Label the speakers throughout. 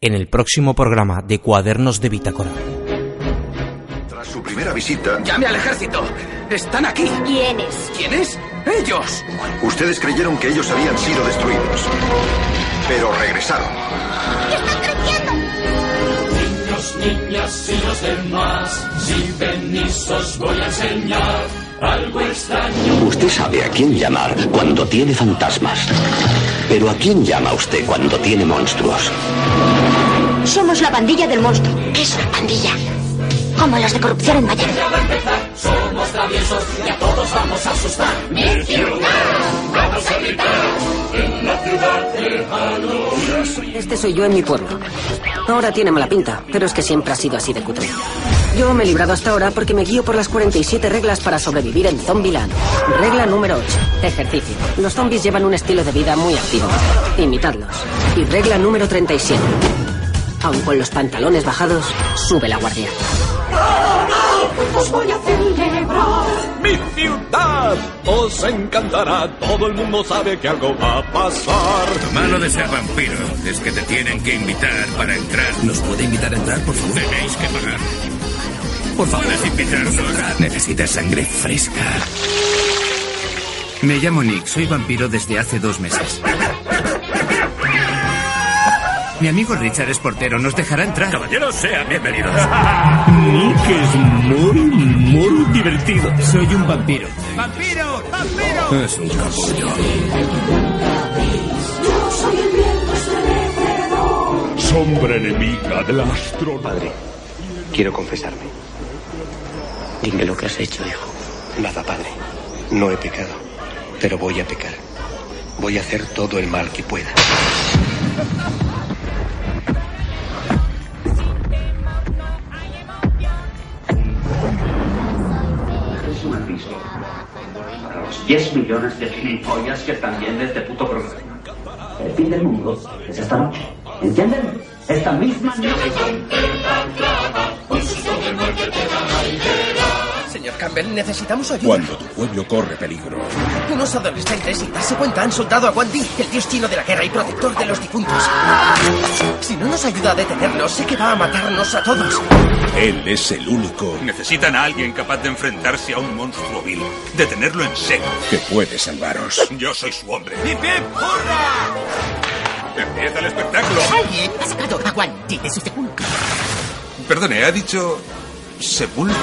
Speaker 1: en el próximo programa de Cuadernos de Bitácora.
Speaker 2: Tras su primera visita,
Speaker 3: Llame al ejército. Están aquí.
Speaker 4: ¿Quiénes?
Speaker 3: ¿Quiénes? Ellos.
Speaker 2: ustedes creyeron que ellos habían sido destruidos. Pero regresaron.
Speaker 4: ¡Están creciendo!
Speaker 5: Niños, niñas y los demás, si venís os voy a enseñar algo extraño.
Speaker 6: Usted sabe a quién llamar cuando tiene fantasmas. Pero ¿a quién llama usted cuando tiene monstruos?
Speaker 4: Somos la bandilla del monstruo. ¿Qué es una pandilla? Como los de corrupción en Miami.
Speaker 7: Este soy yo en mi pueblo. Ahora tiene mala pinta, pero es que siempre ha sido así de cutre. Yo me he librado hasta ahora porque me guío por las 47 reglas para sobrevivir en Zombieland. Regla número 8. Ejercicio. Los zombies llevan un estilo de vida muy activo. Imitadlos. Y regla número 37. Aun con los pantalones bajados, sube la guardia.
Speaker 8: mi ciudad os encantará. Todo el mundo sabe que algo va a pasar.
Speaker 9: Lo malo de ser vampiro es que te tienen que invitar para entrar. ¿Nos puede invitar a entrar, por favor? Tenéis que pagar. Por favor. Puedes invitarnos. Necesitas sangre fresca. Me llamo Nick, soy vampiro desde hace dos meses. Mi amigo Richard es portero, nos dejará entrar.
Speaker 8: Caballeros, sean bienvenidos. Nick es muy, muy divertido.
Speaker 9: Soy un vampiro.
Speaker 8: ¡Vampiro! ¡Vampiro!
Speaker 9: Es un capullo.
Speaker 8: Sombra enemiga del astro.
Speaker 6: Padre, quiero confesarme. Dime lo que has hecho, hijo. Nada, padre. No he pecado, pero voy a pecar. Voy a hacer todo el mal que pueda.
Speaker 10: los 10 millones de gilipollas que están viendo este puto programa. El fin del mundo es esta noche. ¿Entienden? Esta misma noche.
Speaker 3: Señor Campbell, necesitamos ayuda.
Speaker 9: Cuando tu pueblo corre peligro,
Speaker 3: Unos adolescentes, sin darse cuenta, han soldado a Wandi, el dios chino de la guerra y protector de los difuntos. Si no nos ayuda a detenerlos, sé que va a matarnos a todos.
Speaker 9: él es el único
Speaker 8: Necesitan a alguien capaz de enfrentarse a un monstruo vil, de tenerlo en seco.
Speaker 9: que puede salvaros.
Speaker 8: Yo soy su hombre. ¡Pip, pip! ¡Hurra! ¡Empieza el espectáculo!
Speaker 3: Alguien ha sacado a Wandi de su sepulcro.
Speaker 8: Perdone, ¿ha dicho sepulcro?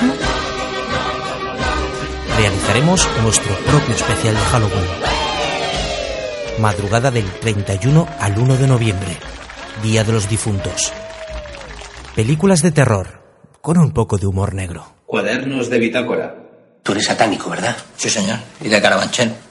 Speaker 1: Realizaremos nuestro propio especial de Halloween. Madrugada del 31 al 1 de noviembre, Día de los Difuntos. Películas de terror, con un poco de humor negro.
Speaker 10: Cuadernos de bitácora.
Speaker 6: Tú eres satánico, ¿verdad?
Speaker 10: Sí, señor. Y de carabanchel.